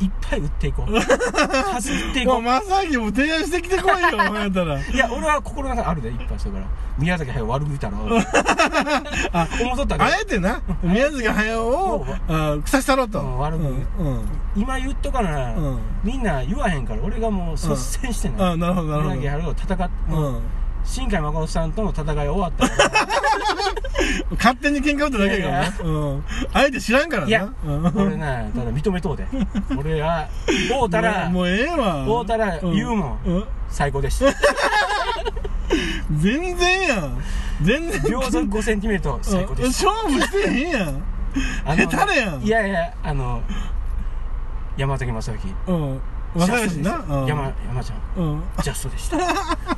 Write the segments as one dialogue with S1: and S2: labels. S1: いっぱい売ってい こう数売っていこ
S2: も
S1: う
S2: うまさきも提案してきてこ いよお前やったら
S1: いや俺は心の中にあるでいっぱいしたから宮崎駿悪食いたらあ思うとった
S2: あ
S1: ね
S2: えてな宮崎駿をあ草したろと
S1: うん悪く
S2: うん
S1: 今言っとかな、
S2: うん
S1: みんな言わへんから俺がもう率先して
S2: うんあ
S1: な、
S2: なるほど
S1: 宮
S2: な
S1: 崎
S2: る
S1: 駿を戦っ
S2: ほどう
S1: 新海誠さんとの戦い終わった から
S2: ん勝手に喧嘩打っただけやから
S1: い
S2: なうんあえて知らんから
S1: いや
S2: なうん
S1: 俺なただ認めと うで俺は会うたら
S2: もうもうええわ
S1: 会うたら言うもん
S2: ん
S1: 最高でした
S2: うん全然やん全然
S1: 秒 速 5cm 最高
S2: うん
S1: でした
S2: 勝負してへんやん
S1: あの
S2: 下手れやん
S1: いやいやあの山崎正幸
S2: うんわかるしなうん
S1: 山山ちゃん
S2: うん
S1: ジャストでした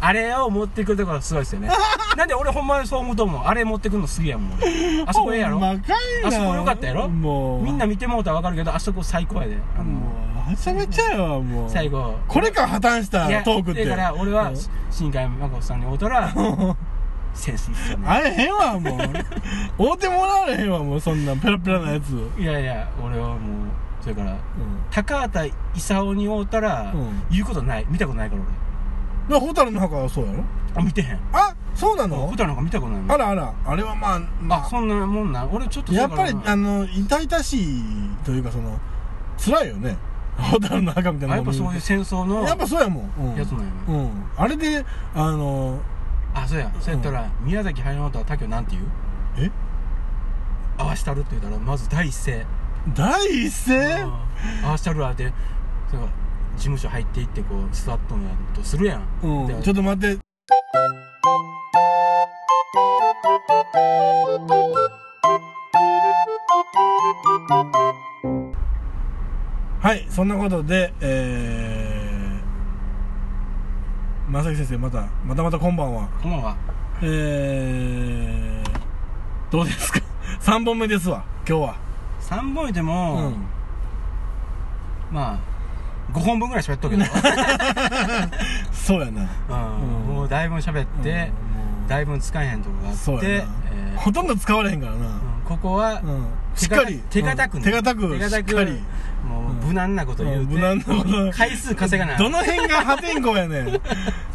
S1: あれを持ってくるところがすごいですよねなんで俺ほんまにそう思うと思うあれ持ってくるのすげえやもん俺あそこええやろ
S2: ほんまかいな
S1: あそこ良かったやろ
S2: もう
S1: みんな見てもうたらわかるけどあそこ最高やであ
S2: も
S1: の
S2: うはちゃめちゃやわもう
S1: 最後
S2: これか破綻し
S1: い
S2: た
S1: や
S2: トークって
S1: だ から俺は
S2: うん
S1: 新海誠さんに会うたらセンスいいっすよね
S2: 会えへんわもう会うてもらわれへんわもうそんなんペラペラなやつうん
S1: いやいや俺はもうそれから高畑勲に会うたら、
S2: うん
S1: 言うことない見たことないから
S2: まあ蛍の墓はそうやろ
S1: 俺あ見てへん
S2: あそうなの
S1: 蛍なんか見たことないもん
S2: あらあらあれはまあま
S1: あそんなもんなん俺ちょっと
S2: やっぱり
S1: そうかな
S2: あの痛々しいというかその辛いよね蛍の墓みたい
S1: あ
S2: な
S1: やっぱそういう戦争の
S2: やっぱそうやもん、うん、
S1: やつなんやね
S2: うんあれであの
S1: あそうやそうやったら、宮崎駿とは他教なんて言う
S2: え
S1: 合わしたるって言うたらまず第一声
S2: 第一声
S1: うん合わしたるわってその事務所入っていってこう座っとんやとするやん、
S2: うん、
S1: で
S2: ちょっと待って。はい、そんなことで、えー、まさき先生、また、またまたこんばんは。
S1: こんばんは
S2: えー、どうですか ?3 本目ですわ、今日は。
S1: 3本いて
S2: う
S1: も、
S2: ん。
S1: まあ5本分ぐらい喋っとくけど、
S2: そうやな。
S1: うん
S2: うん
S1: もうだいぶ喋って、
S2: うん
S1: だいぶ使えへんとこがあって
S2: そうやな、
S1: えー
S2: ほとんど使われへんからな。
S1: うんここは、
S2: うんし
S1: 手
S2: っ
S1: 堅
S2: かり
S1: 手堅くね
S2: 手堅く
S1: 手
S2: しっ
S1: 堅く
S2: かり
S1: もう
S2: うん
S1: 無難なこと言うて、
S2: うん無難 なこと
S1: 回数稼がない
S2: どの辺が破天荒やねん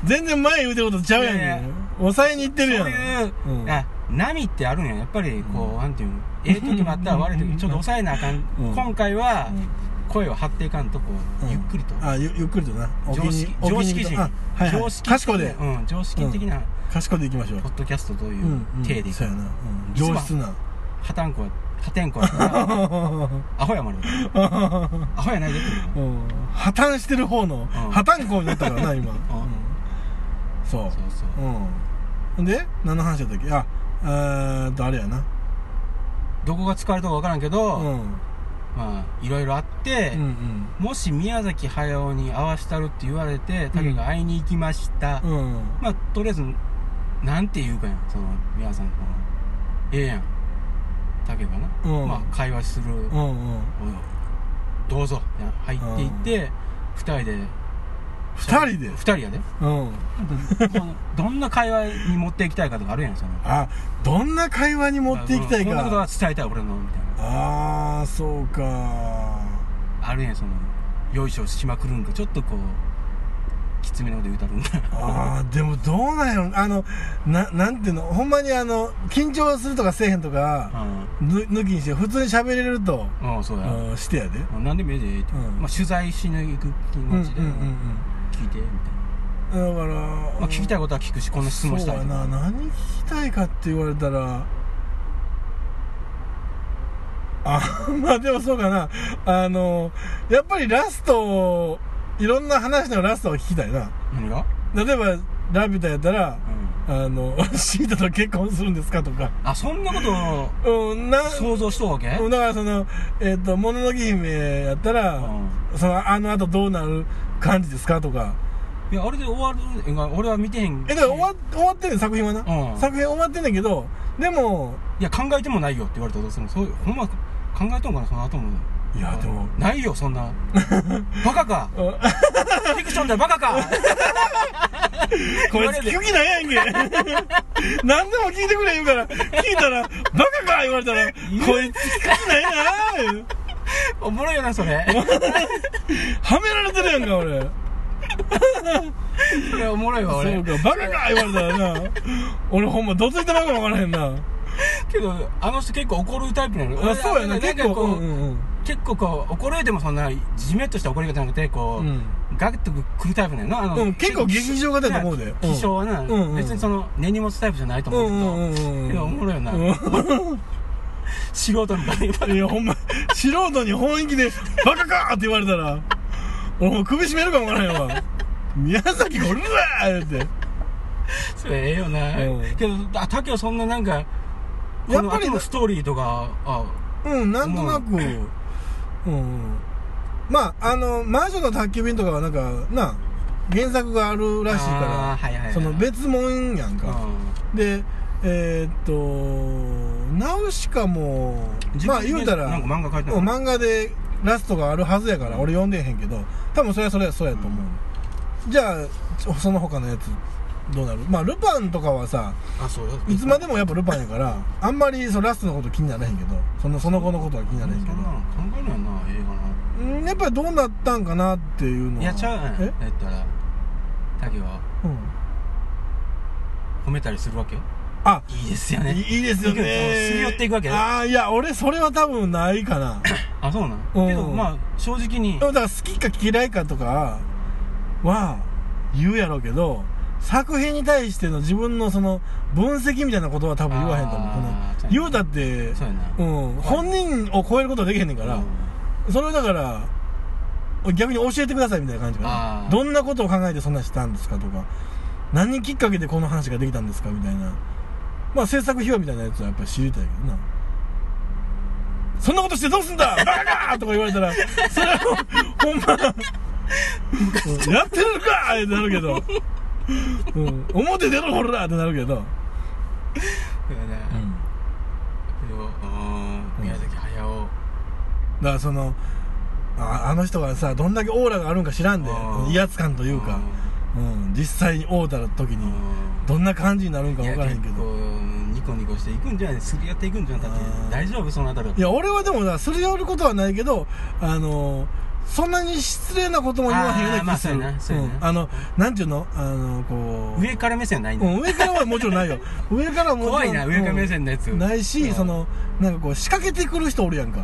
S2: 全然前言うてることちゃうや
S1: いやい
S2: ね
S1: や
S2: ん抑えにいってるやん
S1: そういう、
S2: うん
S1: あ波ってあるんややっぱりこう、なんていうのええ時もあったら悪い時もちょっと抑えなあかん、
S2: うん
S1: 今回は
S2: うん
S1: 声を張っていかんとこう、
S2: うん
S1: ゆっくりと
S2: あゆゆっくりとなお気
S1: 常
S2: に
S1: 識
S2: お気
S1: 常
S2: に
S1: 識人、
S2: あはいはい
S1: 常識
S2: 賢で
S1: うん、常識的な
S2: 賢でいきましょう
S1: ポッドキャストといううん
S2: うん
S1: 体でいく、
S2: そうやなうん
S1: 一番
S2: 上質な
S1: 破綻子は破天荒やから アホやまるアホやないでっていうの
S2: うん破綻してる方の破綻荒になったからな今うんそう
S1: そうそう
S2: うんで何の話やったっけあえーっとあれやな
S1: どこが使われたか分からんけど、
S2: うん
S1: まあいろいろあって、
S2: うん
S1: もし宮崎駿に会わしたるって言われて竹が会いに行きました、
S2: うんうん
S1: まあとりあえずなんて言うかやんその皆さんこのええやん竹がな、
S2: うん
S1: まあ会話する、おい
S2: うんうん
S1: どうぞやん入っていって、二人で
S2: 二人で
S1: 二人やで
S2: うん
S1: もうどんな会話に持っていきたいかとかあるやんその
S2: あどんな会話に持っていきたい
S1: こんなことは
S2: か
S1: 伝えたい俺のみたい
S2: ああそうか
S1: なあるやんそのよいしょしまくるんかちょっとこうきつめのこと言うたるんだ
S2: あーでもどうなんやろあのななんていうのほんまにあの緊張するとかせえへんとかぬ抜きにして普通に喋れると、
S1: うんうんそうや、
S2: うんしてやで
S1: なんでもええでって、
S2: うん
S1: まあ、取材しに行く気
S2: うんうん
S1: 持ちで聞いてみたいな、
S2: うんうんだから、ま
S1: まあ、聞きたいことは聞くしこんな質問したい
S2: そう
S1: と
S2: やな
S1: か
S2: 何聞きたいかって言われたらあ まあでもそうかなあのやっぱりラストをいろんな話のラストを聞きたいな
S1: 何が、
S2: 例えば「ラビュタ」やったら
S1: うん
S2: 「あの シータと結婚するんですか?」とか
S1: あそんなことを
S2: うんな
S1: 想像しとうわけ、
S2: だからそのえっ、と「もののけ姫」やったら、
S1: う
S2: そのあのあとどうなる感じですかとか
S1: いやあれで終わるんが俺は見てへん
S2: えだから終わ終わってんねん作品はな、
S1: うん
S2: 作品終わってんねんけどでも
S1: いや考えてもないよって言われたらどうするのそういうほんま考えとんかなその後も
S2: いやでも
S1: ないよそん なバカかフィクションだバカか
S2: こいつ聞く気ないやんけ何でも聞いてくれ言うから聞いたら「バカか!」言われたら「こいつ聞く気ないなー」
S1: おもろいよな、それ。
S2: はめられてるやんか、俺。
S1: それおもろいわ、
S2: そ
S1: 俺
S2: う。か、バカか言われたらな。俺ほんま、どついてまうかもわからへんな。
S1: けど、あの人結構怒るタイプなの。
S2: あそうやな、
S1: 俺
S2: 結
S1: なんか
S2: 構。
S1: こう
S2: う
S1: ん
S2: うんうん。
S1: 結構こう、怒られてもそんな、じめっとした怒り方じゃなくて、こう、
S2: うん
S1: ガッとくるタイプなのよな。あの
S2: うん結構劇場型やと思うでうん
S1: 気性はな、
S2: うんうん
S1: 別にその、根に持つタイプじゃないと
S2: う
S1: 思うけど、
S2: んうん
S1: いやおもろいよな
S2: うん
S1: 素人みたい
S2: いや、ほんま、素人に本気で、バカかって言われたら、俺もう首絞めるかもわからへんわ。宮崎おるわーって。
S1: それええよな、
S2: うん
S1: けどあタケはそんななんか
S2: や
S1: こ
S2: っ
S1: の
S2: ぱり
S1: 後のストーリーとかあ
S2: うん、なんとなく、うん、うん。まあ、あの、魔女の宅急便とかはなんか、な、原作があるらしい
S1: あーはいはい
S2: か
S1: は
S2: ら、
S1: い
S2: その別物やんか。で、えーっと、ナウシカも、
S1: 自
S2: まあ
S1: 分で
S2: 言うたら、
S1: なんか漫画描いてたの
S2: うん漫画でラストがあるはずやから、俺読んでへんけど、多分それはそれはそうやと思う。じゃあ、ちょその他のやつ、どうなるまあ、ルパンとかはさ、
S1: あそうよ
S2: いつまでもやっぱルパンやから、あんまりそのラストのこと気にならへんけど、そのその後のことは気にな
S1: そ
S2: らへん
S1: ん
S2: け
S1: な
S2: ど。
S1: の考えないな映
S2: うんやっぱりどうなったんかなっていう
S1: 画
S2: のは
S1: のやっちゃうやん
S2: え、
S1: やったらタケは
S2: うん、
S1: 褒めたりするわけ
S2: あ
S1: いいですよね
S2: いいいですよ
S1: だけ
S2: ね
S1: どすり寄っていくわけ
S2: ああいや俺それは多分ないかな
S1: あそうなん
S2: うん
S1: けどまあ正直に
S2: でもだから好きか嫌いかとかは言うやろうけど作品に対しての自分のその分析みたいなことは多分言わへんと思う
S1: あー
S2: そ
S1: そうや
S2: の
S1: な
S2: 言うたって
S1: そうやな
S2: うん、本人を超えることはできへんねんから、
S1: うん
S2: それをだから逆に教えてくださいみたいな感じか
S1: あ
S2: な
S1: ー
S2: どんなことを考えてそんなんしたんですかとか何きっかけでこの話ができたんですかみたいなまあ制作費用みたいなやつはやっぱ知りたいけどなそんなことしてどうすんだバカかとか言われたらそれはほんまやってるのかってなるけど、うん、表出ろほらってなるけ
S1: そうや
S2: ど、
S1: なけどうーん宮崎駿
S2: だからそのああの人がさどんだけオーラがあるんか知らんで
S1: うん
S2: 威圧感というか
S1: う
S2: うん実際に会うた時
S1: んう
S2: に
S1: ん
S2: どんな感じになるんか
S1: い
S2: 分
S1: や
S2: からへんけ
S1: 結
S2: ど
S1: 構ニコニコしていくんじゃないすり合っていくんじゃないだって
S2: あー
S1: 大丈夫そのあたりはい
S2: や俺はでもなすり寄ることはないけどあのそんなに失礼なことも言わへんような気がする
S1: あーまあそうやなそうや
S2: うん
S1: な
S2: あのなんていうのあのこう
S1: 上から目線ないんだ、
S2: うん上からはもちろ んないよ上からはもちろん
S1: 怖いな上から目線のやつ
S2: うんないし、
S1: うん
S2: そのなんかこう仕掛けてくる人おるやんか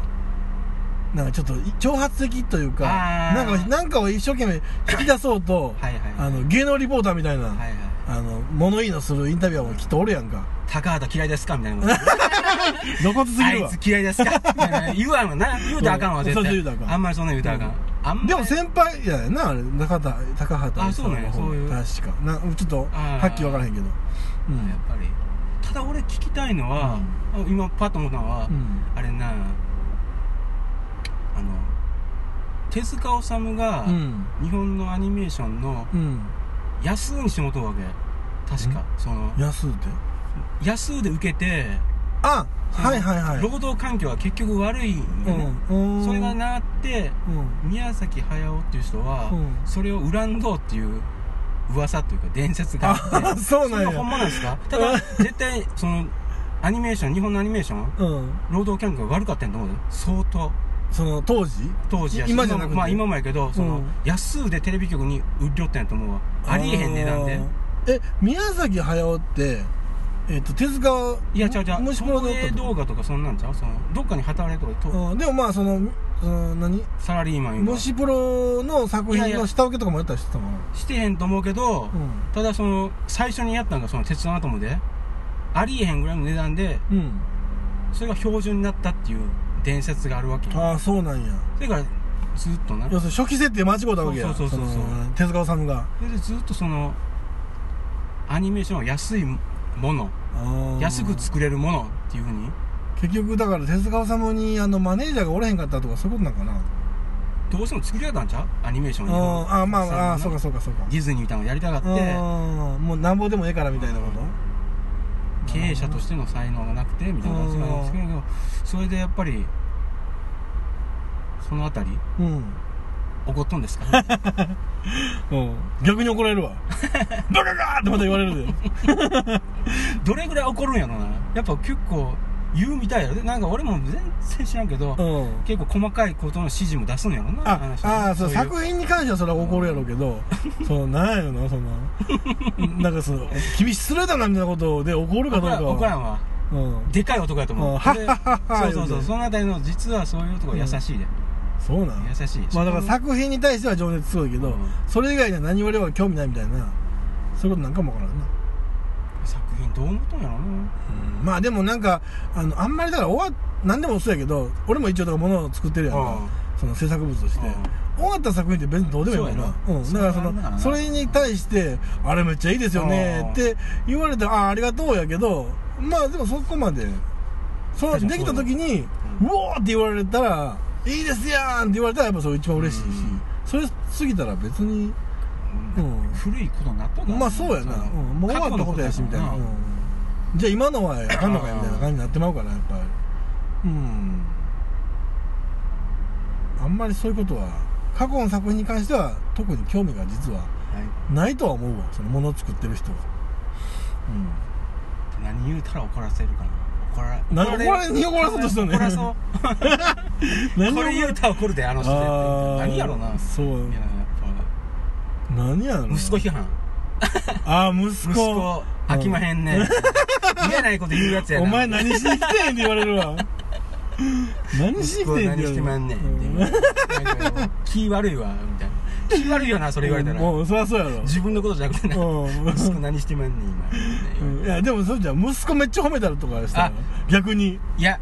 S2: なんかちょっと挑発的というか
S1: あー
S2: なんかなんかを一生懸命引き出そうと
S1: はいはい
S2: あの芸能リポーターみたいな、
S1: はいはい
S2: あの物言いのするインタビュアーもきっとおるやんか
S1: 高畑嫌いですかみたい なこと
S2: 露骨すぎ
S1: あ
S2: るわ
S1: いつ嫌い ですかみたいな言わんわな言うたらあかんわ絶
S2: そう
S1: 対
S2: そう言うたらあか
S1: あ
S2: ん
S1: んまりそんなん言うたらあかん、あんまり
S2: でも先輩やよなあれ中田高畑
S1: あそうなんや
S2: さんの方
S1: そういう
S2: 確かなちょっと
S1: あー
S2: はっきり分からへんけどう
S1: や
S2: ん
S1: っぱりただ俺聞きたいのは、あ今パッと思ったのは、
S2: うん
S1: あれなあの手塚治虫が、
S2: うん
S1: 日本のアニメーションの
S2: うん
S1: 安うにしてもとうわけ確かその
S2: 安うて
S1: 安うで受けて
S2: あはいはいはい
S1: 労働環境は結局悪いんよね、
S2: うん
S1: それがなって
S2: うん
S1: 宮崎駿っていう人は、
S2: うん
S1: それを恨んどうっていう噂というか伝説があ
S2: あ
S1: って
S2: そうなん
S1: れ
S2: や
S1: は本物なんですかただ絶対そのアニメーション日本のアニメーション
S2: うん
S1: 労働環境が悪かったんやと思うよ相当
S2: その当時
S1: 当時やし
S2: 今じゃなくて
S1: まあ今もやけどその、
S2: うん
S1: 安うでテレビ局に売り寄ったんやと思うわありえへん値段で
S2: でえ宮崎駿ってえっと手塚
S1: いや、ちゃうちゃう、
S2: 虫プロだ
S1: 東
S2: った
S1: 映
S2: と
S1: 動画とかそんなんちゃうその、どっかに働いてとかと、
S2: うんでもまあそのその何
S1: サラリーマンいうのは
S2: 虫プロの作
S1: い
S2: 品
S1: やい
S2: の
S1: や
S2: 下請けとかもやったりしてたもん
S1: してへんと思うけど、ただその、最初にやったのがその、鉄腕アトムで、ありえへんぐらいの値段で、
S2: うんうん
S1: それが標準になったっていう伝説があるわけ。そ
S2: ああそうなんや
S1: れから、ずっとな。
S2: 要するに初期設定間違うたわけや
S1: そうそうそうそう
S2: の手塚治虫が
S1: それでずっとその、アニメーションは安いもの、
S2: あー
S1: 安く作れるものっていうふうに、
S2: 結局だから手塚治虫にあのマネージャーがおれへんかったとかそういうことなんかな
S1: どうしても作りたかったんちゃうアニメーションに。
S2: あーあーまあまああーそうか
S1: デ
S2: そうかそうか
S1: ィズニーみたいなのやりたがって、
S2: あーもうなんぼでもええからみたいなこと
S1: 経営者としての才能がなくてみたいな感じなんですけどそれでやっぱりそのあたり
S2: うん
S1: 怒っとんです か、ね、
S2: うん逆に怒られる わバカかーってまた言われるで
S1: どれぐらい怒るんやろなやっぱ結構言うみたいやろでなんか俺も全然知らんけど、
S2: うん
S1: 結構細かいことの指示も出すんやろな
S2: あ
S1: の人
S2: あーそう
S1: い
S2: 作品に関してはそれは怒るやろう けど、そのなんやろなそのなんかその厳しすれだなみたいなことで怒るかどう
S1: 僕
S2: から
S1: 僕ら
S2: は
S1: は
S2: うん
S1: でかい男やと思
S2: う
S1: うんで
S2: は
S1: そうそうそうそのあたりの実はそういう男は優しいで、
S2: そうなん
S1: 優しい
S2: まあだから作品に対しては情熱すごいけど、
S1: うん
S2: それ以外には何俺は興味ないみたいなそういうことなんかもわからんな、
S1: 作品どう思っとんやろな
S2: うんまあでもなんかあのあんまりだから終わ何でもそうやけど俺も一応だから物を作ってるやんか、その制作物として、
S1: うん
S2: 終わった作品って別にどうでもいいから
S1: そう
S2: う、、
S1: やなん
S2: だからそ
S1: そうやな
S2: のそれに対して「あれめっちゃいいですよね」って言われて「ああありがとう」やけどまあでもそこまでその
S1: 確かに
S2: できた時に「
S1: う
S2: うおー!」って言われたら「いいですやん!」って言われたらやっぱそれ一番嬉しいし、
S1: うん
S2: それ過ぎたら別にうん
S1: 古いことになったんだ
S2: まあそうやな、うん、もう終わったことやしみたいな、うんじゃあ今のはあかんのかいみたいな感じになってまうからやっぱりうんあんまりそういうことは過去の作品に関しては特に興味が実はないとは思うわそのものを作ってる人は
S1: 何言うたら怒らせるかな怒ら
S2: 何怒られに怒らそうとしたね
S1: 怒ら そう
S2: うん
S1: これ言うたら怒るであの人絶
S2: あー
S1: 対何やろな
S2: そう
S1: いややっ
S2: 何やろ
S1: ぱ息子批判
S2: ああ息子
S1: 息子飽きまへんね嫌ないこと言うやつやな
S2: お前何しに来てんって言われる わ何しに
S1: 息
S2: 来
S1: 子
S2: てん
S1: 何
S2: って
S1: して
S2: 言わ
S1: ま
S2: れる
S1: んねん
S2: う
S1: ってなんか気悪いわみたいな気悪いよなそれ言われたら
S2: もうそりゃそうやろ
S1: 自分のことじゃなくてな
S2: うん
S1: 息子何してまんねん今みたいな言われて
S2: いやでもそうじゃん息子めっちゃ褒めたりとかしたら
S1: あ
S2: 逆に
S1: いや、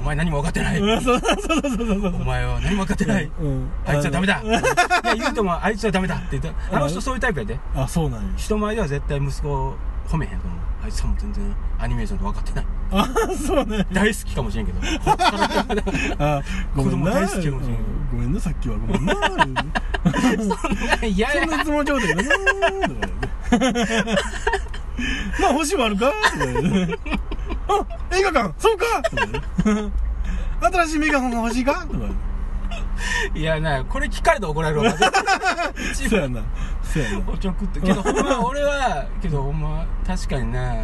S1: お前何も分かってな
S2: う
S1: い。
S2: んそうそうそうそうそうそう
S1: お前は何も分かってない。
S2: うん
S1: あいつはダメだ。いや、言うともあいつはダメだって言った。あの人そういうタイプやで。
S2: あそうなんや
S1: 人前では絶対息子を褒めへんと思う。あいつはもう全然アニメーションと分かってない。
S2: あそうね
S1: 大好きかもしれんけ ど。
S2: あごめん
S1: 子供
S2: な
S1: 大好きかもしれんけど
S2: うんごめんなさっきはごめんな
S1: いや
S2: そん
S1: いや、
S2: ないつも状態だなとか言って まあ欲しいもあるかとか言ってあ映画館そう かとか言って新しいメガホンが欲しいかとか言って
S1: いやな、これ聞かれたら怒られるわ。一
S2: そう
S1: 番
S2: やなそうやな
S1: おちょくって。けど、 ほんま俺は、けどほんま、確かにな、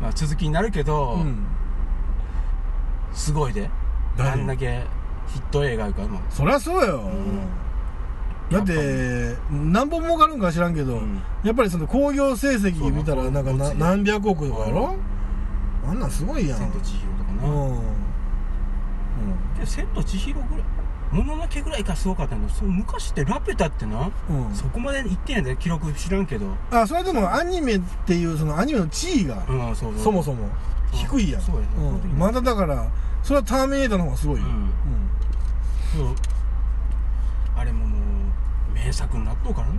S1: まあ続きになるけど、
S2: うんうん
S1: すごいで。
S2: 誰
S1: あんだけヒット映画やからもう。
S2: そりゃそうよ、だって何本儲かるんか知らんけど、
S1: うん
S2: やっぱりその興行成績見たらなんか
S1: そう
S2: な
S1: そう
S2: 何百億とかやろあんなんすごいやん
S1: 千と千尋とか
S2: う
S1: な。
S2: んうん
S1: で千と千尋ぐらいもののけぐらいからすごかったんだけどその昔って「ラピュタ」ってな、
S2: うん
S1: そこまで行ってんやで記録知らんけど
S2: あそれでもアニメっていうそのアニメの地位が
S1: うんそうそう
S2: そもそも低いやん
S1: そうやね
S2: うんまだだからそれはターミネーターの方がすごいよ、
S1: う
S2: うん
S1: んそうあれももう名作になっとうからね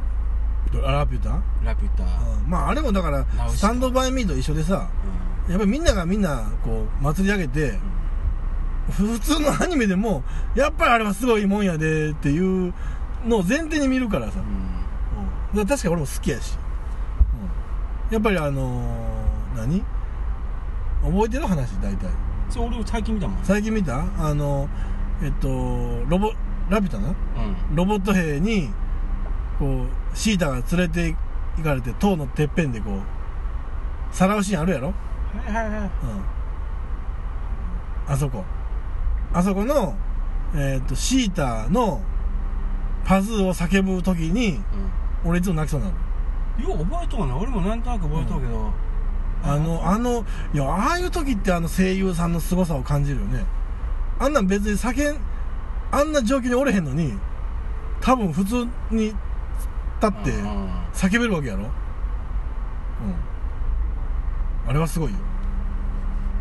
S2: ドラピュタ、
S1: 「ラピュタ」
S2: うんまああれもだから
S1: ナウシカ
S2: スタンドバイミーと一緒でさ
S1: うん
S2: やっぱりみんながみんなこう祭り上げて、普通のアニメでもやっぱりあれはすごいもんやでっていうのを前提に見るからさ、
S1: うん
S2: だから確かに俺も好きやし、やっぱりあのー、何覚えてる話大体
S1: そう俺も最近見たもん
S2: 最近見たあのえっとロボラピュタな
S1: うん
S2: ロボット兵にこうシータが連れて行かれて塔のてっぺんでこうさらうシーンあるやろ
S1: はいはいはい
S2: うんあそこあそこの、えー、とシータのパズーを叫ぶ時に俺いつも泣きそうになる
S1: うんよう覚えとうな俺もなんとなく覚えとうけど、
S2: あのあのいやああいう時ってあの声優さんの凄さを感じるよねあんなん別に叫んあんな状況におれへんのに多分普通に立って
S1: うん
S2: 叫べるわけやろうんあれはすごいよ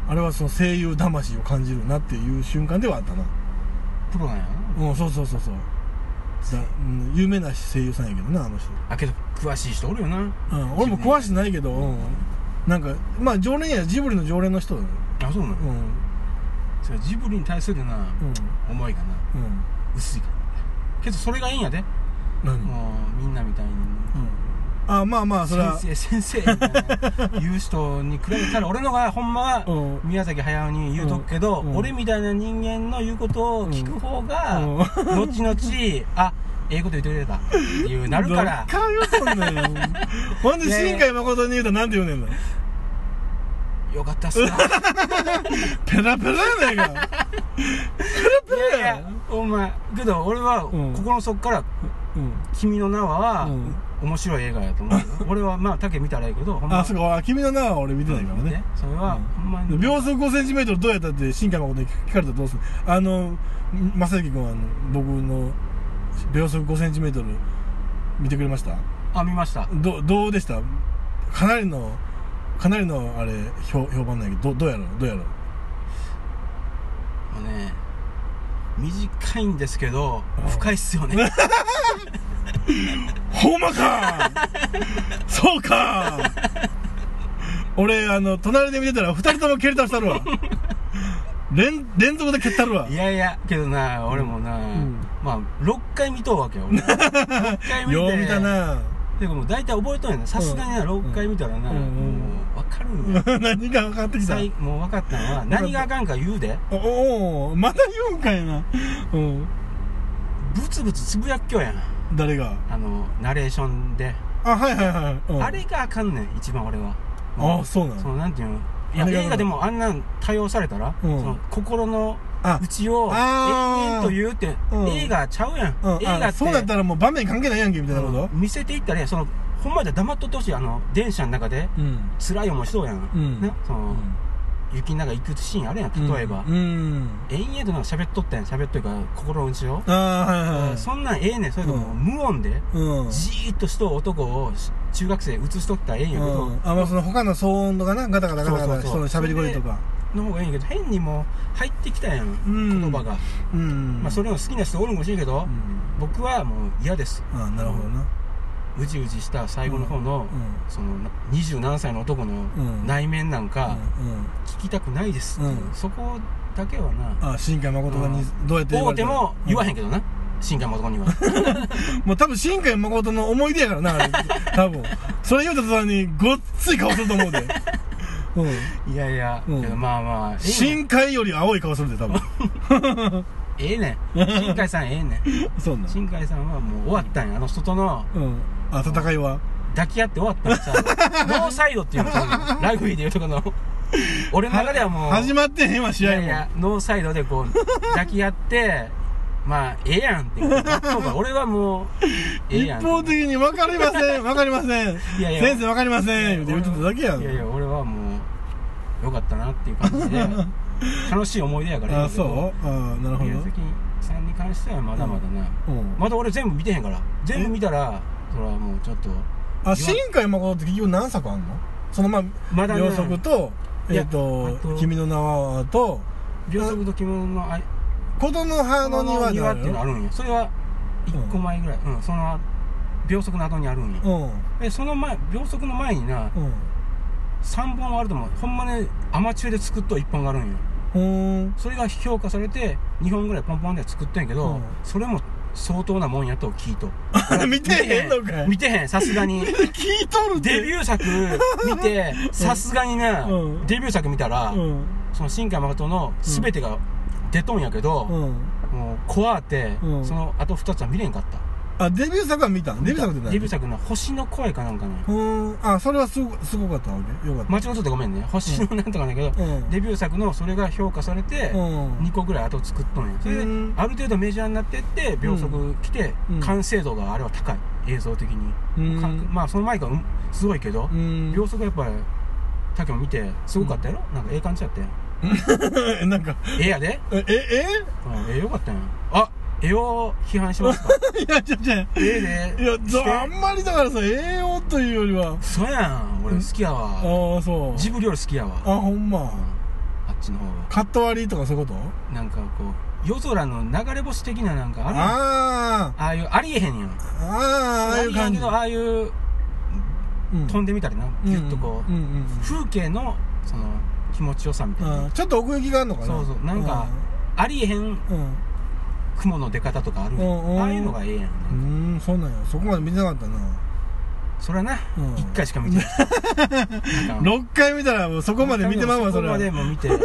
S2: あれはその声優魂を感じるなっていう瞬間ではあったな
S1: プロなんやな
S2: うんそうそうそうそうだ、うん、有名な声優さんやけどなあの人、
S1: あけど詳しい人おるよな
S2: うん、俺も詳しくないけど、うん、なんかまあ常連やジブリの常連の人だよ
S1: あそうなの、
S2: うんうん
S1: それジブリに対するな、思いがな
S2: うん
S1: 薄いからけどそれがいいんやで、
S2: 何、うん、
S1: もうみんなみたいに
S2: あまあまあそれは
S1: 先生先生みたいな言う人に比べたら俺のがほんま
S2: う
S1: は
S2: ん
S1: 宮崎駿に言うとくけど、
S2: うんうん
S1: 俺みたいな人間の言うことを聞く方が、
S2: うん
S1: 後々あええこと言ってくれたっていうなるから
S2: どっかよそんなんほんで
S1: いやいや
S2: 新海誠に言うたらなんて言うねんな
S1: よかったっすな い
S2: ペラペラやないかペラ
S1: や
S2: ペ
S1: い
S2: ラや
S1: やお前けど俺は
S2: うん
S1: 心の底から
S2: うん
S1: 「君の名は」
S2: うん
S1: 面白い映画やと思うよ俺はまあ竹見たらええけどほんま
S2: あそうかあ君の名は俺見てないからね
S1: ねそれは、ほんまに
S2: 秒速 5cm どうやったって新海誠に聞かれたらどうするあの正行君はあの僕の秒速 5cm 見てくれました
S1: あ見ました
S2: どどうでしたかなりのかなりのあれ評評判なんやけどどどうやろうどうやろう
S1: もうね短いんですけど
S2: うん
S1: 深いっすよ ね
S2: ほん まかそうか俺あの隣で見てたら二人とも蹴り倒したるわ連連続で蹴ったるわ
S1: いやいやけどな俺もな、
S2: ん
S1: まあ6回見とうわけよ俺6回見て
S2: よう見たな
S1: でもう大体覚えとんやなさすがにな
S2: うん
S1: 6回見たらな、
S2: うん
S1: もう分かるんや
S2: 何が分かってきた
S1: 最もう分かったのは何があかんか言うで
S2: おおまた言うんかいなうん
S1: ブツブツつぶやっきょやん
S2: 誰が
S1: あのナレーションで、
S2: あはいはいはい、うん
S1: あれがあかんねん一番俺は
S2: あそうな
S1: そ
S2: の
S1: のなんていうのい
S2: あ
S1: や
S2: れが
S1: 映画でもあんなん多用されたら、
S2: うん
S1: その心の
S2: あ
S1: 内を
S2: あー
S1: 延々と言うって、
S2: うん
S1: 映画ちゃうやん、
S2: うん
S1: 映
S2: あ
S1: 画って
S2: そうだったらもう場面関係ないやんけみたいなこ
S1: う
S2: と
S1: ん見せていったらそのほんまじゃ黙っとってほしいあの電車の中で
S2: うん
S1: 辛い思いしそうやん、
S2: うん
S1: なその、雪の中行くシーンあるやん例えば、
S2: うん、うん
S1: 延々となんか喋っとったやん喋っとるから心の内を、
S2: ああはいはい
S1: そんなんええねんそれとも
S2: うん
S1: 無音で、
S2: うん
S1: じーっとしとう男をし中学生映しとったらええんやけど、
S2: うんあまあその他の騒音とかなガタガタガタガタ
S1: そうそうそう
S2: 人の喋り声とか
S1: の方がいいんやけど変にもう入ってきたやん、
S2: ん
S1: 言葉が、
S2: うん
S1: まあ、それを好きな人おるんかもしれんけど、
S2: うん
S1: 僕はもう嫌です
S2: あなるほどな
S1: うじうじした最後の方の、
S2: う
S1: その二十何歳の男の
S2: ん
S1: 内面なんか
S2: んうん
S1: 聞きたくないですっていう、
S2: うん
S1: そこだけはな
S2: あ新海誠がにどうやって言わ
S1: 大
S2: れ
S1: 手
S2: た
S1: も言わ
S2: ん
S1: へんけどな新海誠に は
S2: もう多分新海誠の思い出やからなあれ多分それ言うた途端にごっつい顔する と思うでうん
S1: いやいや、
S2: うん
S1: けどまあまあええねん
S2: 深海より青い顔するで多 分
S1: ええねん新海さんええねん
S2: そんな
S1: 新海さんはもう終わったんやあの人との
S2: うんあ戦いは
S1: 抱き合って終わったんさ ノーサイドっていうのラグビーでいうとこの俺の中ではもう
S2: 始まってへんわ試
S1: い
S2: 合
S1: やい
S2: も
S1: やノーサイドでこう抱き合ってまあええやんっていうそうか俺はもうええ
S2: 一
S1: やん
S2: 方的に分かりま せん分かりません
S1: いやいや
S2: 先生分かりません言うて言ってただけやん
S1: いやいや俺はもうよかったなっていう感じ で楽しい思い出やから
S2: あそうああなるほど
S1: 宮崎さんに関してはまだまだな、
S2: うん
S1: まだ俺全部見てへんから全部見たらそれはもうちょっと
S2: あ新海誠って結局何作あんのそのま
S1: ま
S2: あ
S1: だね
S2: 秒速と
S1: いや
S2: えっと
S1: あと
S2: 「君の名は」と
S1: 秒速と着物のあい
S2: 「琴の葉の庭」
S1: こ
S2: あ
S1: っていうのあるんやそれは1個前ぐらい、うんその秒速の後にあるんや、
S2: う
S1: えその前秒速の前になん
S2: うん
S1: 3本はあると思うほんまねアマチュアで作っと1本があるんよ
S2: うーん
S1: それが評価されて2本ぐらいポンポンで作ってんやけど、
S2: うん
S1: それも相当なもんやと聞いと
S2: 見てへんのかい
S1: 見てへんさすがに
S2: 聞いとる
S1: デビュー作見 てさすがにな、
S2: うん
S1: デビュー作見たら、
S2: うん
S1: その新海誠の全てが出とんやけど、
S2: うん
S1: もう怖って、
S2: うん
S1: そのあと2つは見れんかった
S2: あデビュー作は見たデビュー作ってない
S1: デビュー作の星の声かなんかね
S2: うーんあそれはすごすごかったわけよかっ
S1: 間違っとってごめんね星のなんとかなんやけど、
S2: たうん
S1: デビュー作のそれが評価されて、
S2: うん
S1: 2個ぐらい後作っとんやそれで
S2: うん
S1: ある程度メジャーになってって秒速来て、
S2: うん
S1: 完成度があれは高い映像的に、
S2: うん
S1: かまあその前がうんすごいけど
S2: う、ん
S1: 秒速やっぱり竹も見てすごかったやろ、なんかええ感じや ったやん
S2: なんか
S1: ええやで、
S2: ええ
S1: うん、ええよかったやんあええを批判しますか
S2: えいやじゃじゃ
S1: ええ
S2: い
S1: で
S2: やざあんまりだからさ栄養というよりは
S1: そうやん俺好きやわ、
S2: ああそう
S1: ジブリより好きやわ
S2: あほんま
S1: あっちの方が
S2: カット割りとかそういうこと
S1: なんかこう夜空の流れ星的ななんかあるやんあ
S2: あ
S1: あいうありえへんやん
S2: あああああいう感じ
S1: ああいう飛ん
S2: で
S1: でみたりな、ギュッとこう、風景のその気持ちよさみたいな、
S2: ちょっと奥行きがあるのかな
S1: そうそうなんかありえへん
S2: うん
S1: 雲の出方とかあるやん、
S2: うんうん
S1: ああいうのがええやん、
S2: うーんそうなんやそこまで見てなかったな
S1: それはな、
S2: うん
S1: 一1回しか見てない なんか
S2: 6回見たらもうそこまで見てまうわそれ
S1: こま
S2: は
S1: でも見 てほんま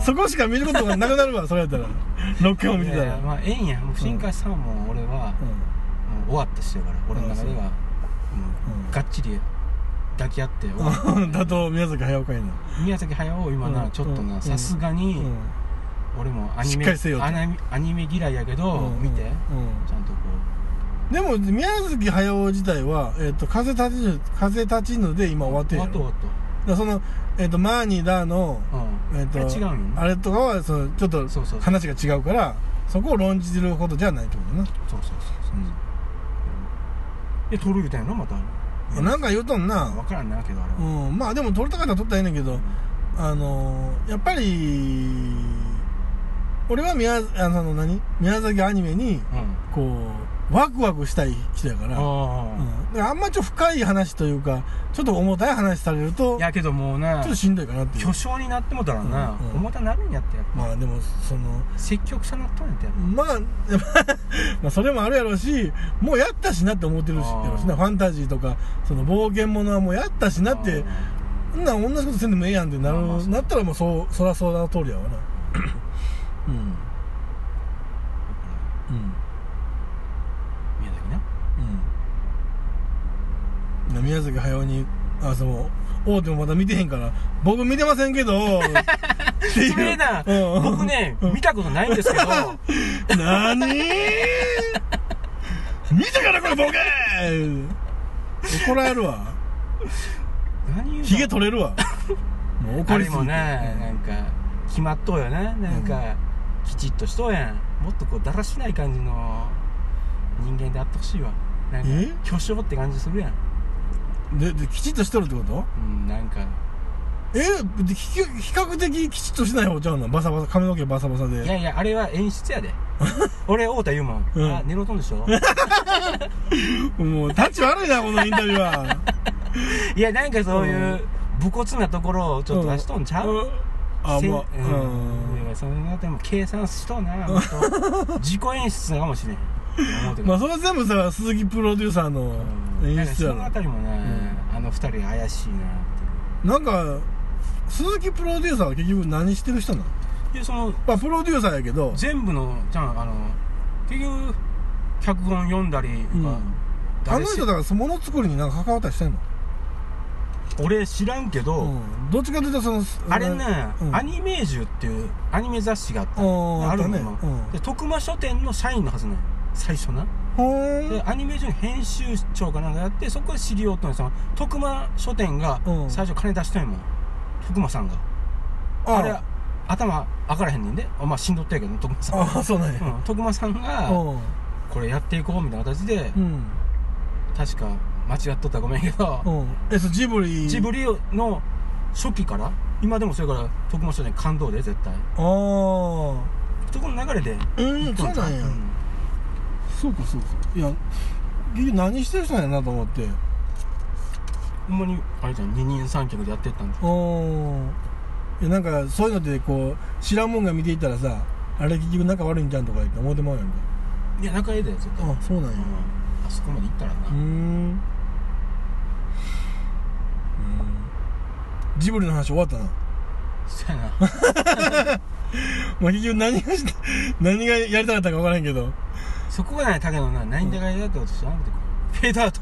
S2: そこしか見ることがなくなるわそれやったら6回も見て
S1: い
S2: た
S1: やいや
S2: ら
S1: まあええんやもう新海さんはもう俺は、
S2: うん
S1: もう終わった人やから俺の中ではもうがっちり抱き合って、
S2: うんだと宮崎駿かいな
S1: 宮崎駿を今な、
S2: うん
S1: ちょっと
S2: うん
S1: なさすがに、
S2: うん
S1: 俺もアニ
S2: しっ
S1: メ
S2: かりせよと
S1: アナアニメ嫌いやけど、
S2: うん
S1: 見て、
S2: うん
S1: ちゃんとこ
S2: でも宮崎駿自体は、えっと風立ちぬ風立ちぬで今終わっ
S1: う
S2: てる
S1: あ
S2: よだ
S1: と
S2: か
S1: あ
S2: らその、えっとマーニーだの、
S1: とうん
S2: えっと
S1: え違うんよね
S2: あれとかはそのちょっと
S1: そうそうそう
S2: 話が違うからそこを論じるほどじゃないってことな、
S1: そうそうそうで撮るみたいなまた
S2: うん、なんか言うと
S1: 分
S2: んな、
S1: からんなけどあれは、
S2: うん、まあでも撮れたかったら撮ったらええねんけど、あのーやっぱり俺は宮あの何宮崎アニメに
S1: うん
S2: こうワクワクしたい人やから、
S1: あ
S2: うん、だからあんまちょっと深い話というかちょっと重たい話される
S1: あ
S2: と
S1: い
S2: ちょ
S1: やけどもう
S2: っ
S1: な
S2: としんどいかなっていう
S1: 巨匠になってもたらな、
S2: うんうん
S1: 重たなるんやってやっぱ
S2: まあでもその
S1: 積極さなっとんやってやっ
S2: まあ まあそれもあるやろうしもうやったしなって思ってるし
S1: あー
S2: やろうしなファンタジーとかその冒険ものはもうやったし
S1: ぱ
S2: なってそんなん同じことせんでもええやんってなる、
S1: まあまあそう
S2: なったらもうそうそらそうな通りやわなうんうん
S1: 宮崎な
S2: うん、宮崎駿にあその大手もまだ見てへんから僕見てませんけどってい う
S1: それな、
S2: うん
S1: 僕ね見たことないん ですけど
S2: なに見たからこれボケ怒られるわ
S1: 何言うの
S2: ヒゲ取れるわもう怒
S1: あ
S2: り
S1: れ
S2: すぎ
S1: も
S2: て
S1: ななんか決まっとうよななんか、きちっとしとうやんもっとこうだらしない感じの人間であってほしいわなんか
S2: え
S1: 巨匠って感じするやん、
S2: でできちっとしとるってこと
S1: うん、なんか
S2: えでひ比較的きちっとしない方ちゃうのバサバサ髪の毛バサバサ
S1: いや
S2: で
S1: いやあれは演出 やで俺太田言うもん、
S2: うん
S1: あ寝ろとんでしょ
S2: もう立ち悪いなこのインタビューはい
S1: やなんかそういうう武骨なところをちょっと出しとんちゃう、
S2: うんあ
S1: せん
S2: もううん
S1: いやそのでも計算しとうなもっと自己演出なのかもしれん思うてる
S2: まあそれは全部さ鈴木プロデューサーの
S1: うんな
S2: 演
S1: んか
S2: 出
S1: そ
S2: やろ
S1: のあたりもね、あの二人怪しいなって
S2: なんか鈴木プロデューサーは結局何してる人なの
S1: いやその
S2: まあプロデューサーやけど
S1: 全部のじゃああの結局脚本読んだりと
S2: うん
S1: か、
S2: あ
S1: 誰
S2: の
S1: し
S2: 人だからそのもの作りになんか関わったりしてんの
S1: 俺知らんけど、
S2: うんどっちかというとその
S1: あれね、
S2: うん
S1: アニメージュっていうアニメ雑誌があった
S2: おー
S1: あるの
S2: あ
S1: よ
S2: ったねうん
S1: で徳間書店の社員のはずなんよ最初な
S2: ほー
S1: で
S2: ん
S1: アニメージュの編集長かなんかやってそこで知り合うとんよその徳間書店が
S2: うん
S1: 最初金出したんやもん徳間さんが
S2: あ
S1: あれ頭上がらへんねんであまあしんどったやけど徳間さん、
S2: あそうなんや
S1: うん、徳間さんが
S2: うん
S1: これやっていこうみたいな形で
S2: うん
S1: 確か間違っとったらごめんやけど
S2: うんえそうジブリ
S1: ジブリの初期から今でもそれから徳間書店感動で絶対
S2: ああ
S1: そこの流れで
S2: うんそうなんや
S1: うん
S2: そうかそうかいや結局何してる人なんやなと思って
S1: ほんまにあれじゃん二人三脚でやってったんじゃ
S2: うんいやなんかそういうのでこう知らんもんが見ていったらさあれ結局仲悪いんじゃんとか言って思ってまうやんか
S1: んいや仲ええだよ絶対
S2: あそうなんや
S1: うんあそこまで行ったらな
S2: うーんうーんジブリの話終わったな、
S1: そうやな
S2: まあ、結局何がした 何がやりたかったか分からへんけど
S1: そこがね竹野な何でがやったこと知らなくてフェードアウ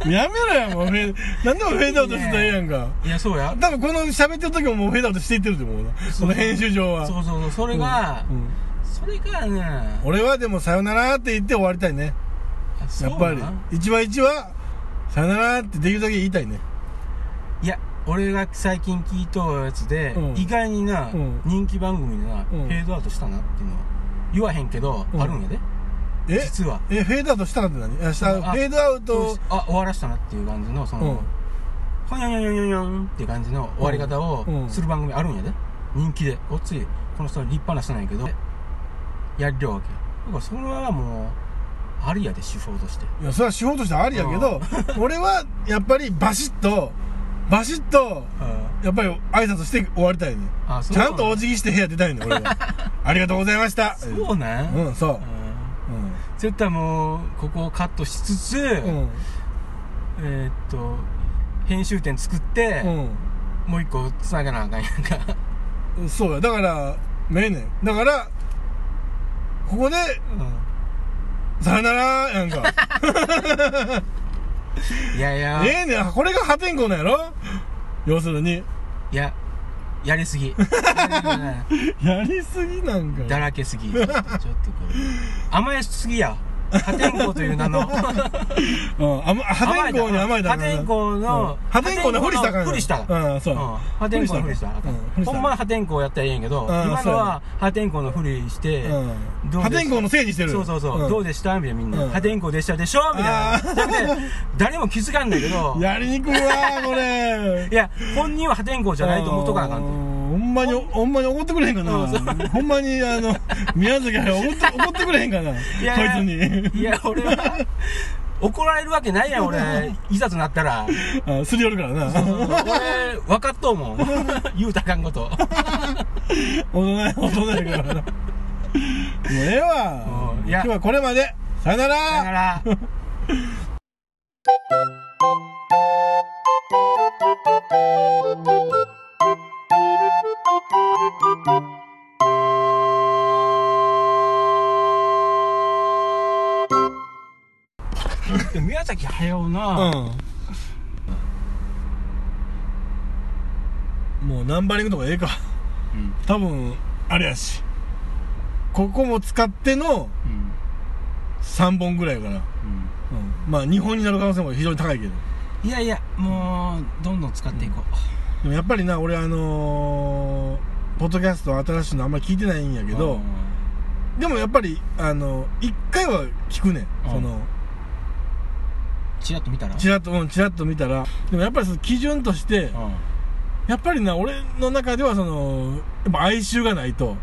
S1: ト
S2: やめろやもうフェ何でもフェードアウトしてたらええやんか
S1: いやそうや
S2: 多分この喋ってる時ももうフェードアウトしていってると思うなこの編集上は
S1: そうそうそうそれがそれがね
S2: うん俺はでも「さよなら」って言って終わりたいね
S1: あそ
S2: や
S1: う
S2: っ
S1: な
S2: ぱり一話一話さよならってできるだけ言いたいね
S1: いや俺が最近聞いとうやつで、
S2: うん
S1: 意外にな、
S2: うん
S1: 人気番組でな、
S2: うん
S1: フェードアウトしたなっていうのは言わへんけど、
S2: うん
S1: あるんやで
S2: え
S1: 実は
S2: えフェードアウトしたらって何あした
S1: うんあ
S2: フェードアウト
S1: あ終わらしたなっていう感じのその、ほにゃにゃにゃにゃにゃんっていう感じの終わり方
S2: うんう
S1: を
S2: ん
S1: する番組あるんやで人気でおっついこの人は立派な人なんやけどやりりょうわけだからそれはもうありやで手法として
S2: いやそれは手法としてはありやけど俺はやっぱりバシッとバシッとやっぱり挨拶して終わりたいね
S1: あそう
S2: ちゃんとお
S1: じ
S2: 辞儀して部屋出たいね俺 はありがとうございました
S1: そうなん、
S2: うんそう
S1: うん
S2: うん
S1: 絶対もうここをカットしつつ、
S2: うん
S1: えーっと編集点作って、もう一個つながなあかんやんか
S2: うんそうやだからめえねんだからここで
S1: うん
S2: さよならやんか
S1: いやいや、
S2: ええねんこれが破天荒なんやろ要するに
S1: いや、やりす ぎ。
S2: やりすぎなんかよ
S1: だらけすぎ。ちょっとこう、甘えすぎや。破天荒という名の。
S2: うん、あま破天荒に甘いだ
S1: 破天荒の、
S2: 破天荒なふりしたらあかんよ
S1: ふりしたらあかん
S2: うん そう
S1: うん破天荒のふりしたらあかん
S2: うんふりした
S1: ほ
S2: らあかん
S1: んまは破天荒やったらええんやけど、
S2: ん
S1: 今
S2: そう
S1: の
S2: や
S1: は破天荒のふりして、
S2: うん
S1: どう
S2: 破
S1: でした
S2: 天荒のせいにしてる
S1: そうそうそう、どう
S2: で
S1: でしたみたいなみん
S2: う
S1: な、
S2: ん
S1: 破天荒でしたでしょみたいな。だって、誰も気づかんないけど、
S2: やりにくいわーこれ
S1: いや、本人は破天荒じゃないと思っとかなあかん
S2: う
S1: と。
S2: ほんまにほんまに怒ってくれへんかな、ほんまにあの宮崎は怒って怒ってくれへんかなこいつ
S1: いや
S2: に
S1: いや、俺は、怒られるわけないやん、 俺。いざとなったら。
S2: あすり寄るからな
S1: 俺、分かっとう もん。言うたらあかんこと。
S2: 大人や大人やからなもうええわ
S1: うんいや
S2: 今日はこれまでさよなら
S1: だから、 宮崎駿な、
S2: うんもうナンバリングとかええか
S1: うん
S2: 多分あれやしここも使っての
S1: うん
S2: 3本ぐらいやから、うん、まあ2本になる可能性も非常に高いけど
S1: うんいやいやもうどんどん使っていこう、
S2: でもやっぱりな俺あのーポッドキャスト新しいのあんまり聞いてないんやけど、でもやっぱりあの1回は聞くねん、
S1: うん
S2: その
S1: チラッと見たら
S2: チラッとうんチラッと見たらでもやっぱりその基準として、
S1: うん
S2: やっぱりな、俺の中では、その、やっぱ哀愁がない と。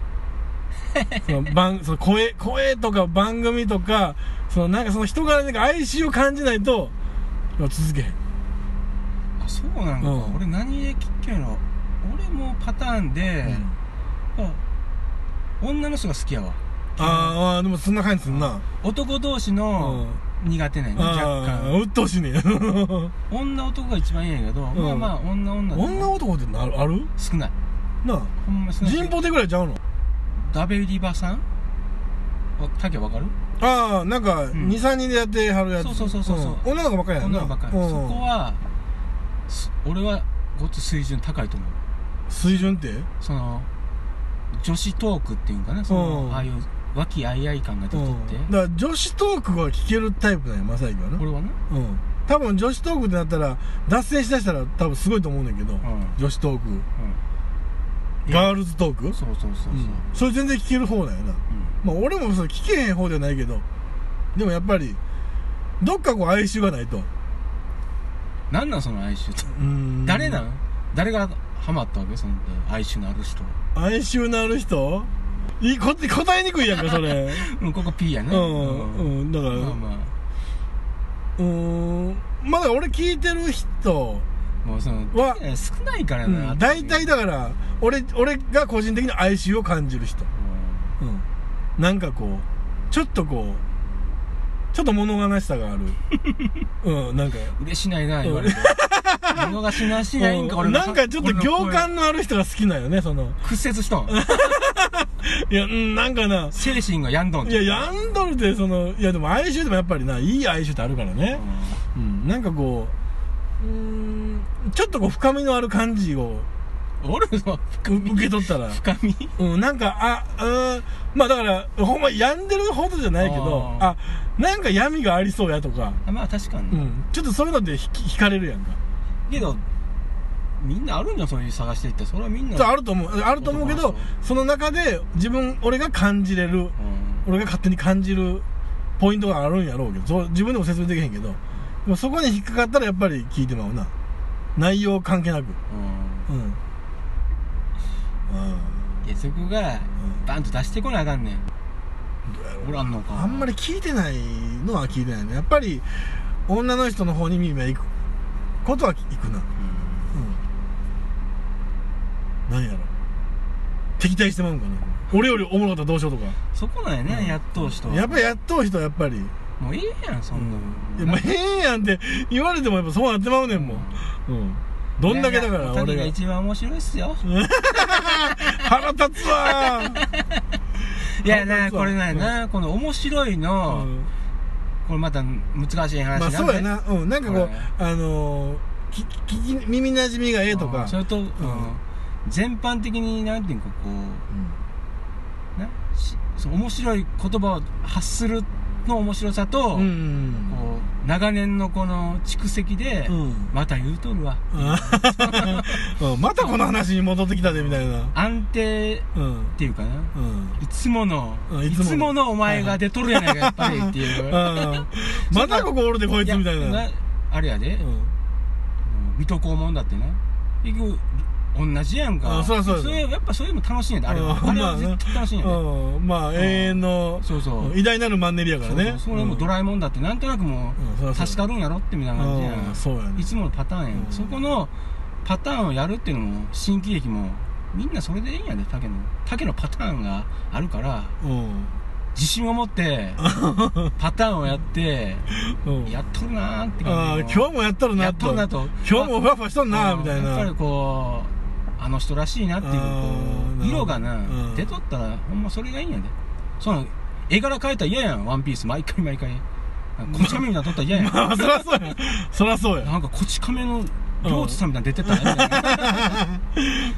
S2: その番、その声、声とか番組とか、そのなんかその人柄になんか哀愁を感じないと、やっぱ続けへん。
S1: あそうなんか、
S2: うん
S1: 俺何で聞けんの俺もパターンで、あ女の人が好きやわ
S2: あーあー、でもそんな感じすんな。
S1: 男同士の苦手なんやね、若
S2: ああ、
S1: 干
S2: うっとうし いねん。
S1: 女男が一番いいんやけど、
S2: ん
S1: まあまあ女女で
S2: 女男ってなるある
S1: 少ない
S2: なあ。
S1: ほんま少ない
S2: 人ポテぐらいちゃうの
S1: ダベリバさんわタケわかる
S2: ああ、なんか、
S1: ん
S2: 2、3人でやってはるやつ。
S1: そうそうそうそうそうん
S2: 女の子ばっかりやんな。
S1: 女ばっかりそ
S2: うん
S1: こはす俺はごっつ水準高いと思う
S2: 水準って
S1: その女子トークっていうんかなその、
S2: うん
S1: ああいう和気あいあい感が出とって、
S2: うんだから女子トークが聞けるタイプなんや、正行はな。
S1: 俺はな
S2: うん、多分女子トークってなったら脱線しだしたら多分すごいと思うねんだけど、
S1: ん
S2: 女子トーク
S1: うん
S2: ガールズトーク
S1: そうそうそうそう、
S2: うんそれ全然聞ける方だよな、
S1: う
S2: まあ、俺もそれ聞けへん方ではないけどでもやっぱりどっかこう哀愁がないと
S1: ん、なんなんその哀愁って
S2: うん
S1: 誰なん誰がハマったわけその哀愁のある人
S2: 哀愁のある人いこ答えにくいやんか それ
S1: うんここ P や
S2: う
S1: ね
S2: ん、うん、だから、
S1: まあま
S2: うーんまあだから俺聞いてる人
S1: あもうその
S2: は
S1: 少ないから
S2: う
S1: な、
S2: ん大体、だから俺俺が個人的に哀愁を感じる人
S1: う
S2: うん、なんかこうちょっとこうちょっと物悲し さがあるうんなんか
S1: ん、嬉しないな言われて物がしなしないんか、
S2: うん
S1: 俺の
S2: なんかちょっと行
S1: 俺の
S2: 間のある人が好きなんよねその
S1: 声屈折しとん
S2: いやうんなんかな
S1: 精神が病んどん
S2: いやヤンドルってそのいやでも哀愁でもやっぱりないい哀愁ってあるから
S1: う
S2: ね
S1: ん、
S2: うん、なんかこううーんちょっとこう深みのある感じを
S1: 俺の
S2: う受け取ったら
S1: 深み
S2: うん、なんか、あ、うん、まあだから、ほんま病んでるほどじゃないけど、
S1: あ
S2: あなんか闇がありそうやとか、
S1: あまあ確かに
S2: う
S1: な、
S2: ん、ちょっとそういうのでひ惹かれるやんか。
S1: けどみんなあるんじゃんそういう探していったらそれはみんな
S2: あると思う。あると思うけ
S1: 男
S2: ど
S1: の、
S2: その中で自分、俺が感じれる、
S1: うん
S2: 俺が勝手に感じるポイントがあるんやろうけど、そう自分でも説明できへんけど、でもそこに引っかかったらやっぱり聞いてまうな。内容関係なく。
S1: うん
S2: うん。うん
S1: いやそこが
S2: ん
S1: バンと出してこなあかんねんおらんのか
S2: あんま
S1: り
S2: り聞いてないのは聞いてないね。やっぱり、女の人の方に耳が行くことは行くな。うん。なんやろ。敵対してまうんかな。俺よりおもろかったらどうしようとか。
S1: そこなんやね、やっとう人は
S2: やっぱりやっとう人はやっぱり。
S1: もういいやんそんなの、
S2: いや、もうええやんって言われてもやっぱそうなってまうねんもん。うん。どんだけだか
S1: いや
S2: ら
S1: いやおたけ
S2: 俺
S1: が
S2: が。
S1: 一番面白いっすよ
S2: 腹立つわー
S1: いやな
S2: そう
S1: これなんやな、この面白いの、
S2: うん
S1: これまた難しい話
S2: ま
S1: な
S2: あ
S1: ん
S2: そうやなうんなんかこ
S1: こ
S2: うあのーき聞き耳なじみがええとか
S1: それと、うん全般的になんていうかこ
S2: う
S1: う
S2: ん
S1: なしそう面白い言葉を発するの面白さと、
S2: うん
S1: こう長年のこの蓄積で、
S2: うん
S1: また言うとるわ
S2: うんまたこの話に戻ってきたでみたいな
S1: 安定
S2: うん
S1: っていうかな
S2: うん
S1: いつもの
S2: うん
S1: い
S2: いつもの
S1: つものお前が出とるやないかやっぱりっていう
S2: あーまたここおるで こいつみたい
S1: や
S2: な
S1: なあれやで、
S2: うん
S1: 水戸黄門だってな結局同じやんか
S2: あそうそう
S1: れやっぱそれでも楽しいんやであれは、
S2: うん
S1: あれは
S2: まあね
S1: 絶対楽しいんやで、
S2: うんまあ永遠の
S1: そうそう、
S2: 偉大なるマンネリやからね
S1: そうそうそれもドラえもんだってなんとなくも
S2: うんそうらそう
S1: 助かるんやろってみたいな感じや
S2: うん
S1: ん
S2: そうやね
S1: いつものパターンやん
S2: うん
S1: そこのパターンをやるっていうのも新喜劇もみんなそれでいいんやで竹の竹のパターンがあるから
S2: うん
S1: 自信を持 ってパターンをやって
S2: うん
S1: やっとるなーって
S2: あ
S1: 感
S2: ー
S1: じ
S2: 今日もやっとる
S1: や
S2: な
S1: っとるなと
S2: 今日もふわふわしとんな
S1: うん
S2: みたい
S1: やっぱり
S2: な
S1: こうあの人らしいなっていう
S2: あー
S1: こう
S2: なるほど
S1: 色がな
S2: うん
S1: 出とったらほんまそれがいいんやでその絵柄変えたら嫌やんワンピース毎回毎回なんかこち亀みたいなの撮ったら嫌やん、
S2: まあそらそうやそ らそうや
S1: なんかこち亀の両津さんみたいなの出てたら嫌や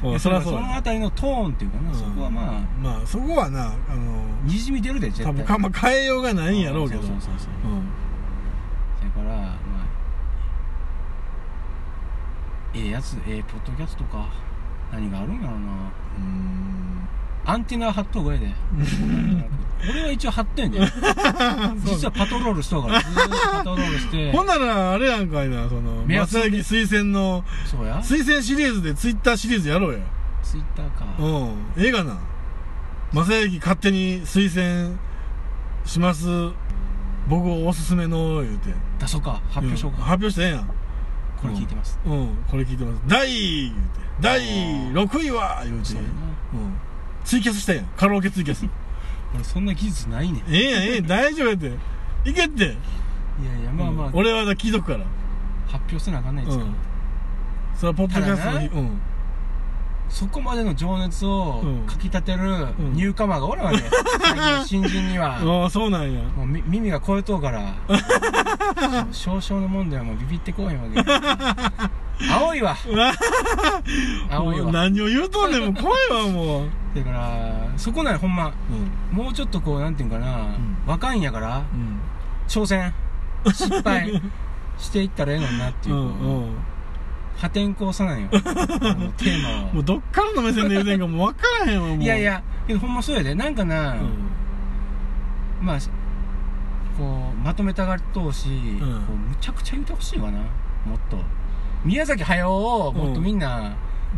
S1: ん
S2: う
S1: いや
S2: んそらそう
S1: その
S2: や
S1: 辺りのトーンっていうかな、
S2: うん
S1: そこはまあ
S2: まあそこはなあの
S1: にじみ出るで絶
S2: 多
S1: 対
S2: 分かまあ変えようがないんやろうけど
S1: そうそうそうそう
S2: うん
S1: だからまあええやつええポッドキャストか何があるんやろうな
S2: うん
S1: アンテナ張っとうがえ えで俺は一応張ってんね実はパトロールしとう からずーっとパトロールして
S2: ほんならあれやんかいなその
S1: 目安
S2: 正行推薦の
S1: そうやツイ
S2: 推薦シリーズでツイッターシリーズやろうや
S1: ッターか
S2: うんええがな正行勝手に推薦します僕おすすめの言うて
S1: 出そうか発表しよう
S2: うん
S1: か
S2: 発表してええやん
S1: これ聞いてます
S2: うんこれ聞いてます第言うて第6位は言うて
S1: そうやな
S2: うんツイキャスしたやんカラオケツイキャス
S1: 俺そんな技術ないねん
S2: ええやんええやん大丈夫やっていけって
S1: いやいやまあまあ
S2: うん
S1: 発
S2: 俺は聞いとくから
S1: 表せなあかんないですから
S2: うんそれはポッドキャストの日
S1: た
S2: うん
S1: そこまでの情熱を
S2: うん
S1: かきたてる
S2: うん
S1: ニューカマーがおるわけ、 最近新人には、
S2: ああそうなんや
S1: もうみ耳が超えとうから 少々のもんではもうビビってこいわけ青 いわ青い
S2: もう
S1: わ
S2: 何を言うとんねんもう怖いわ もう、
S1: だからそこなんやほんま
S2: うん
S1: もうちょっとこうなんていうんかな、
S2: ん
S1: 若いんやから
S2: うん
S1: 挑戦失敗 していったらええのになっていうう,、
S2: んうん
S1: 破天荒さ なんよあのテーマは
S2: もうどっからの目線で言うてんかもう分からへんわもうい
S1: いやい、やけどほんまそうやでなんかな、
S2: うん
S1: まあしこうまとめたがりとうし、
S2: ん
S1: こうむちゃくちゃ言ってほしいわなもっと宮崎駿をもっとみんな、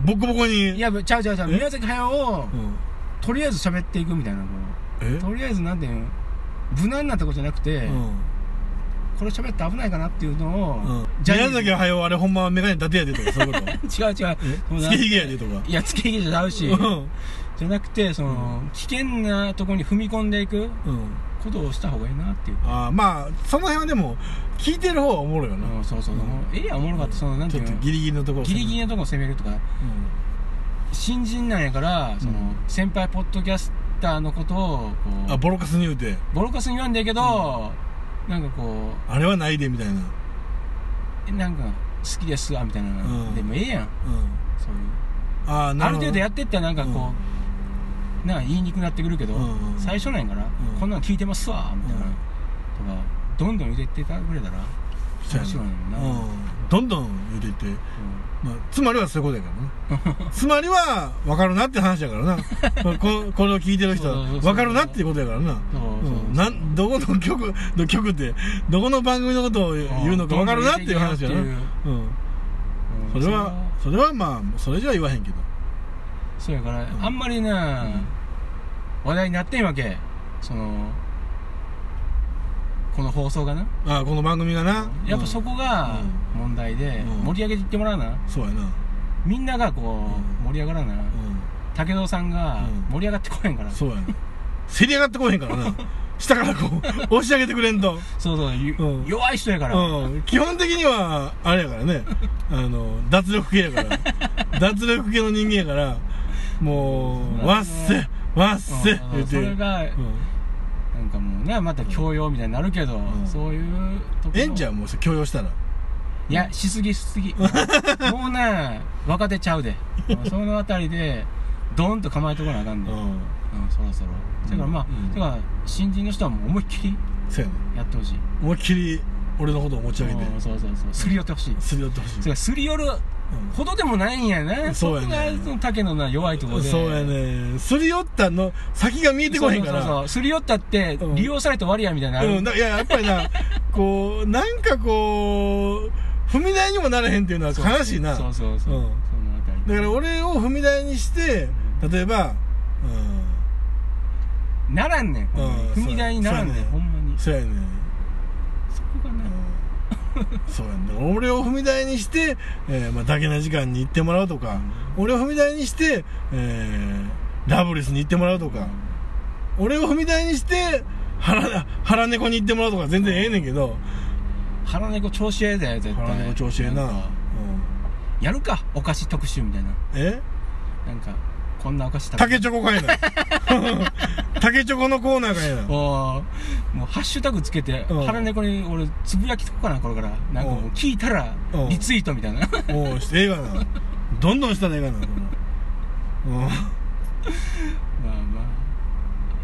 S2: ボコボコに
S1: いやちゃうちゃうちゃう
S2: え
S1: 宮崎駿を
S2: うん
S1: とりあえず喋っていくみたいなこ
S2: え
S1: うとりあえずなんていうの無難なとこじゃなくて、
S2: うん
S1: これ喋って危ないかなっていうのを、
S2: うん
S1: ジャニー
S2: 宮
S1: ズ
S2: 崎駿あれほんまメガネ立てやでとかそういうこと
S1: 違う違うその
S2: つけひげやでとか
S1: いやつけひげじゃなうし
S2: うん
S1: じゃなくてその、危険なとこに踏み込んでいく
S2: うん
S1: ことをした方がいいなっていう、
S2: ああまあその辺はでも聞いてる方はおもろいよな、
S1: うん、そうそう、
S2: うん
S1: ええやんおもろかったそのなんて
S2: ち
S1: い
S2: ょ
S1: う
S2: っと
S1: の
S2: ギリギリのところ
S1: ギリギリのとこ攻めるとか新人なんやからその、
S2: うん
S1: 先輩ポッドキャスターのことをこ
S2: うん
S1: う
S2: あボロカスに言うて
S1: ボロカスに言わんでええけど、なんかこ
S2: あれはないでみたいな
S1: うえなんか好きですわみたいな、
S2: うん
S1: でもええやん
S2: うん
S1: そういう
S2: ああな
S1: あ
S2: る
S1: る
S2: ほど
S1: 程度やってったらなんかこう、なんか言いにくくなってくるけど、
S2: うんうん
S1: 最初なんやから、
S2: うん
S1: こんなの聞いてますわみたいな、と
S2: うん
S1: かどんどん入れてたくれたら
S2: そうや
S1: 面白いもんな、
S2: なうんどんどん言うていってまあ、つまりはそういうこと やからなつまりは分かるなって話やからなこここれを聞いてる人
S1: そうそうそ
S2: は
S1: う
S2: 分かるなっていうことやからな
S1: そうそう
S2: うんなんどこの曲の曲ってどこの番組のことを言うのか分かるなっていう話やな
S1: どんどん入れていけよっ
S2: うん
S1: う
S2: そ
S1: ん
S2: れはそれはまあそれじゃ言わへんけど
S1: そうやから、あんまりな、話題になってんわけそのこの放送がな
S2: ああこの番組がな
S1: やっぱそこが問題で、
S2: うん
S1: 盛り上げていってもらうな
S2: うんそうやな
S1: みんながこう、
S2: ん
S1: 盛り上がらな、
S2: う
S1: 武藤さんが
S2: うん
S1: 盛り上がってこへんから、
S2: んそうやなせり上がってこへんか らな下からこう押し上げてくれんと
S1: そうそう、ゆ
S2: うん
S1: 弱い人やから、
S2: うん、基本的にはあれやからねあの脱力系 やから脱力系の人間やからもう「わっせわっせ」
S1: うん
S2: 言っ
S1: そ
S2: て
S1: れが
S2: うん
S1: なんかもうねまた教養みたいになるけど、
S2: ん
S1: そういうとこ
S2: ええんちゃ
S1: ん
S2: うもうそれ強要したら
S1: いやしすぎしすぎもうな若手ちゃう でもうそのあたりでドンと構えとかなあかん
S2: う
S1: で、うん
S2: ん
S1: そろそろだからまあ、
S2: うん
S1: だから新人の人はもう思いっきり
S2: そうやね
S1: やってほしい
S2: 思いっきり俺のことを持ち上げて
S1: うんそうそうそうすり寄ってほしい
S2: すり寄ってほしい
S1: それすり寄るほどでもないんやな
S2: そうやね
S1: こがその竹のな弱いとこ
S2: う
S1: ろ
S2: ん
S1: で
S2: そうやねすり寄ったの先が見えて
S1: そ
S2: こ
S1: う
S2: へ
S1: そ
S2: ん
S1: う
S2: か
S1: そう
S2: ら
S1: そうすり寄ったって
S2: うん
S1: 利用されて終わりやみたいなのある
S2: うんだいややっぱりなこうなんかこう踏み台にもならへんっていうのは悲しいな
S1: そうそうそう、
S2: うん
S1: そのあたり
S2: だから俺を踏み台にして例えばう
S1: ならんねん、ほんまに
S2: うん
S1: 踏み台にならんねん、
S2: そうやね
S1: ほんまに
S2: んそうやねん
S1: そこがな、
S2: うんそうやねんだから俺を踏み台にして、えーまあ、だけな時間に行ってもらうとか俺を踏み台にして、えーラブレスに行ってもらうとか俺を踏み台にして腹腹猫に行ってもらうとか全然ええねんけど
S1: 腹猫調子ええだよ絶対
S2: 腹猫調子ええなん
S1: か
S2: うん
S1: やるかお菓子特集みたいな
S2: え
S1: なんかこんなお菓子食べ
S2: 竹チョコかいな 竹チョコのコーナーかいな
S1: おーもうハッシュタグつけて
S2: うん
S1: 腹猫に俺つぶやきとこかなこれからなんかもう聞いたら
S2: うん
S1: リツイートみたいな
S2: おうしてええがなどんどんしたらええがなこのうん
S1: まあまあ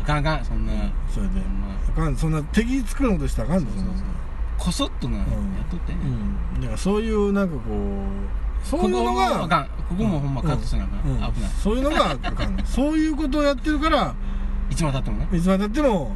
S1: あかんあかんそんな、
S2: それで
S1: ほんま
S2: あかんそんな敵作るのとしたらあかんでそ
S1: そうんそう
S2: な
S1: そこそっとな、
S2: ん
S1: やっとってね、
S2: うんだからそういうなんかこうそうい
S1: こ
S2: うの
S1: こもあか
S2: が
S1: んここもほんまカットせなあかん、
S2: うん
S1: 危ない
S2: そういうのがあかんそういうことをやってるから
S1: いつまでたってもね
S2: いつまでたっても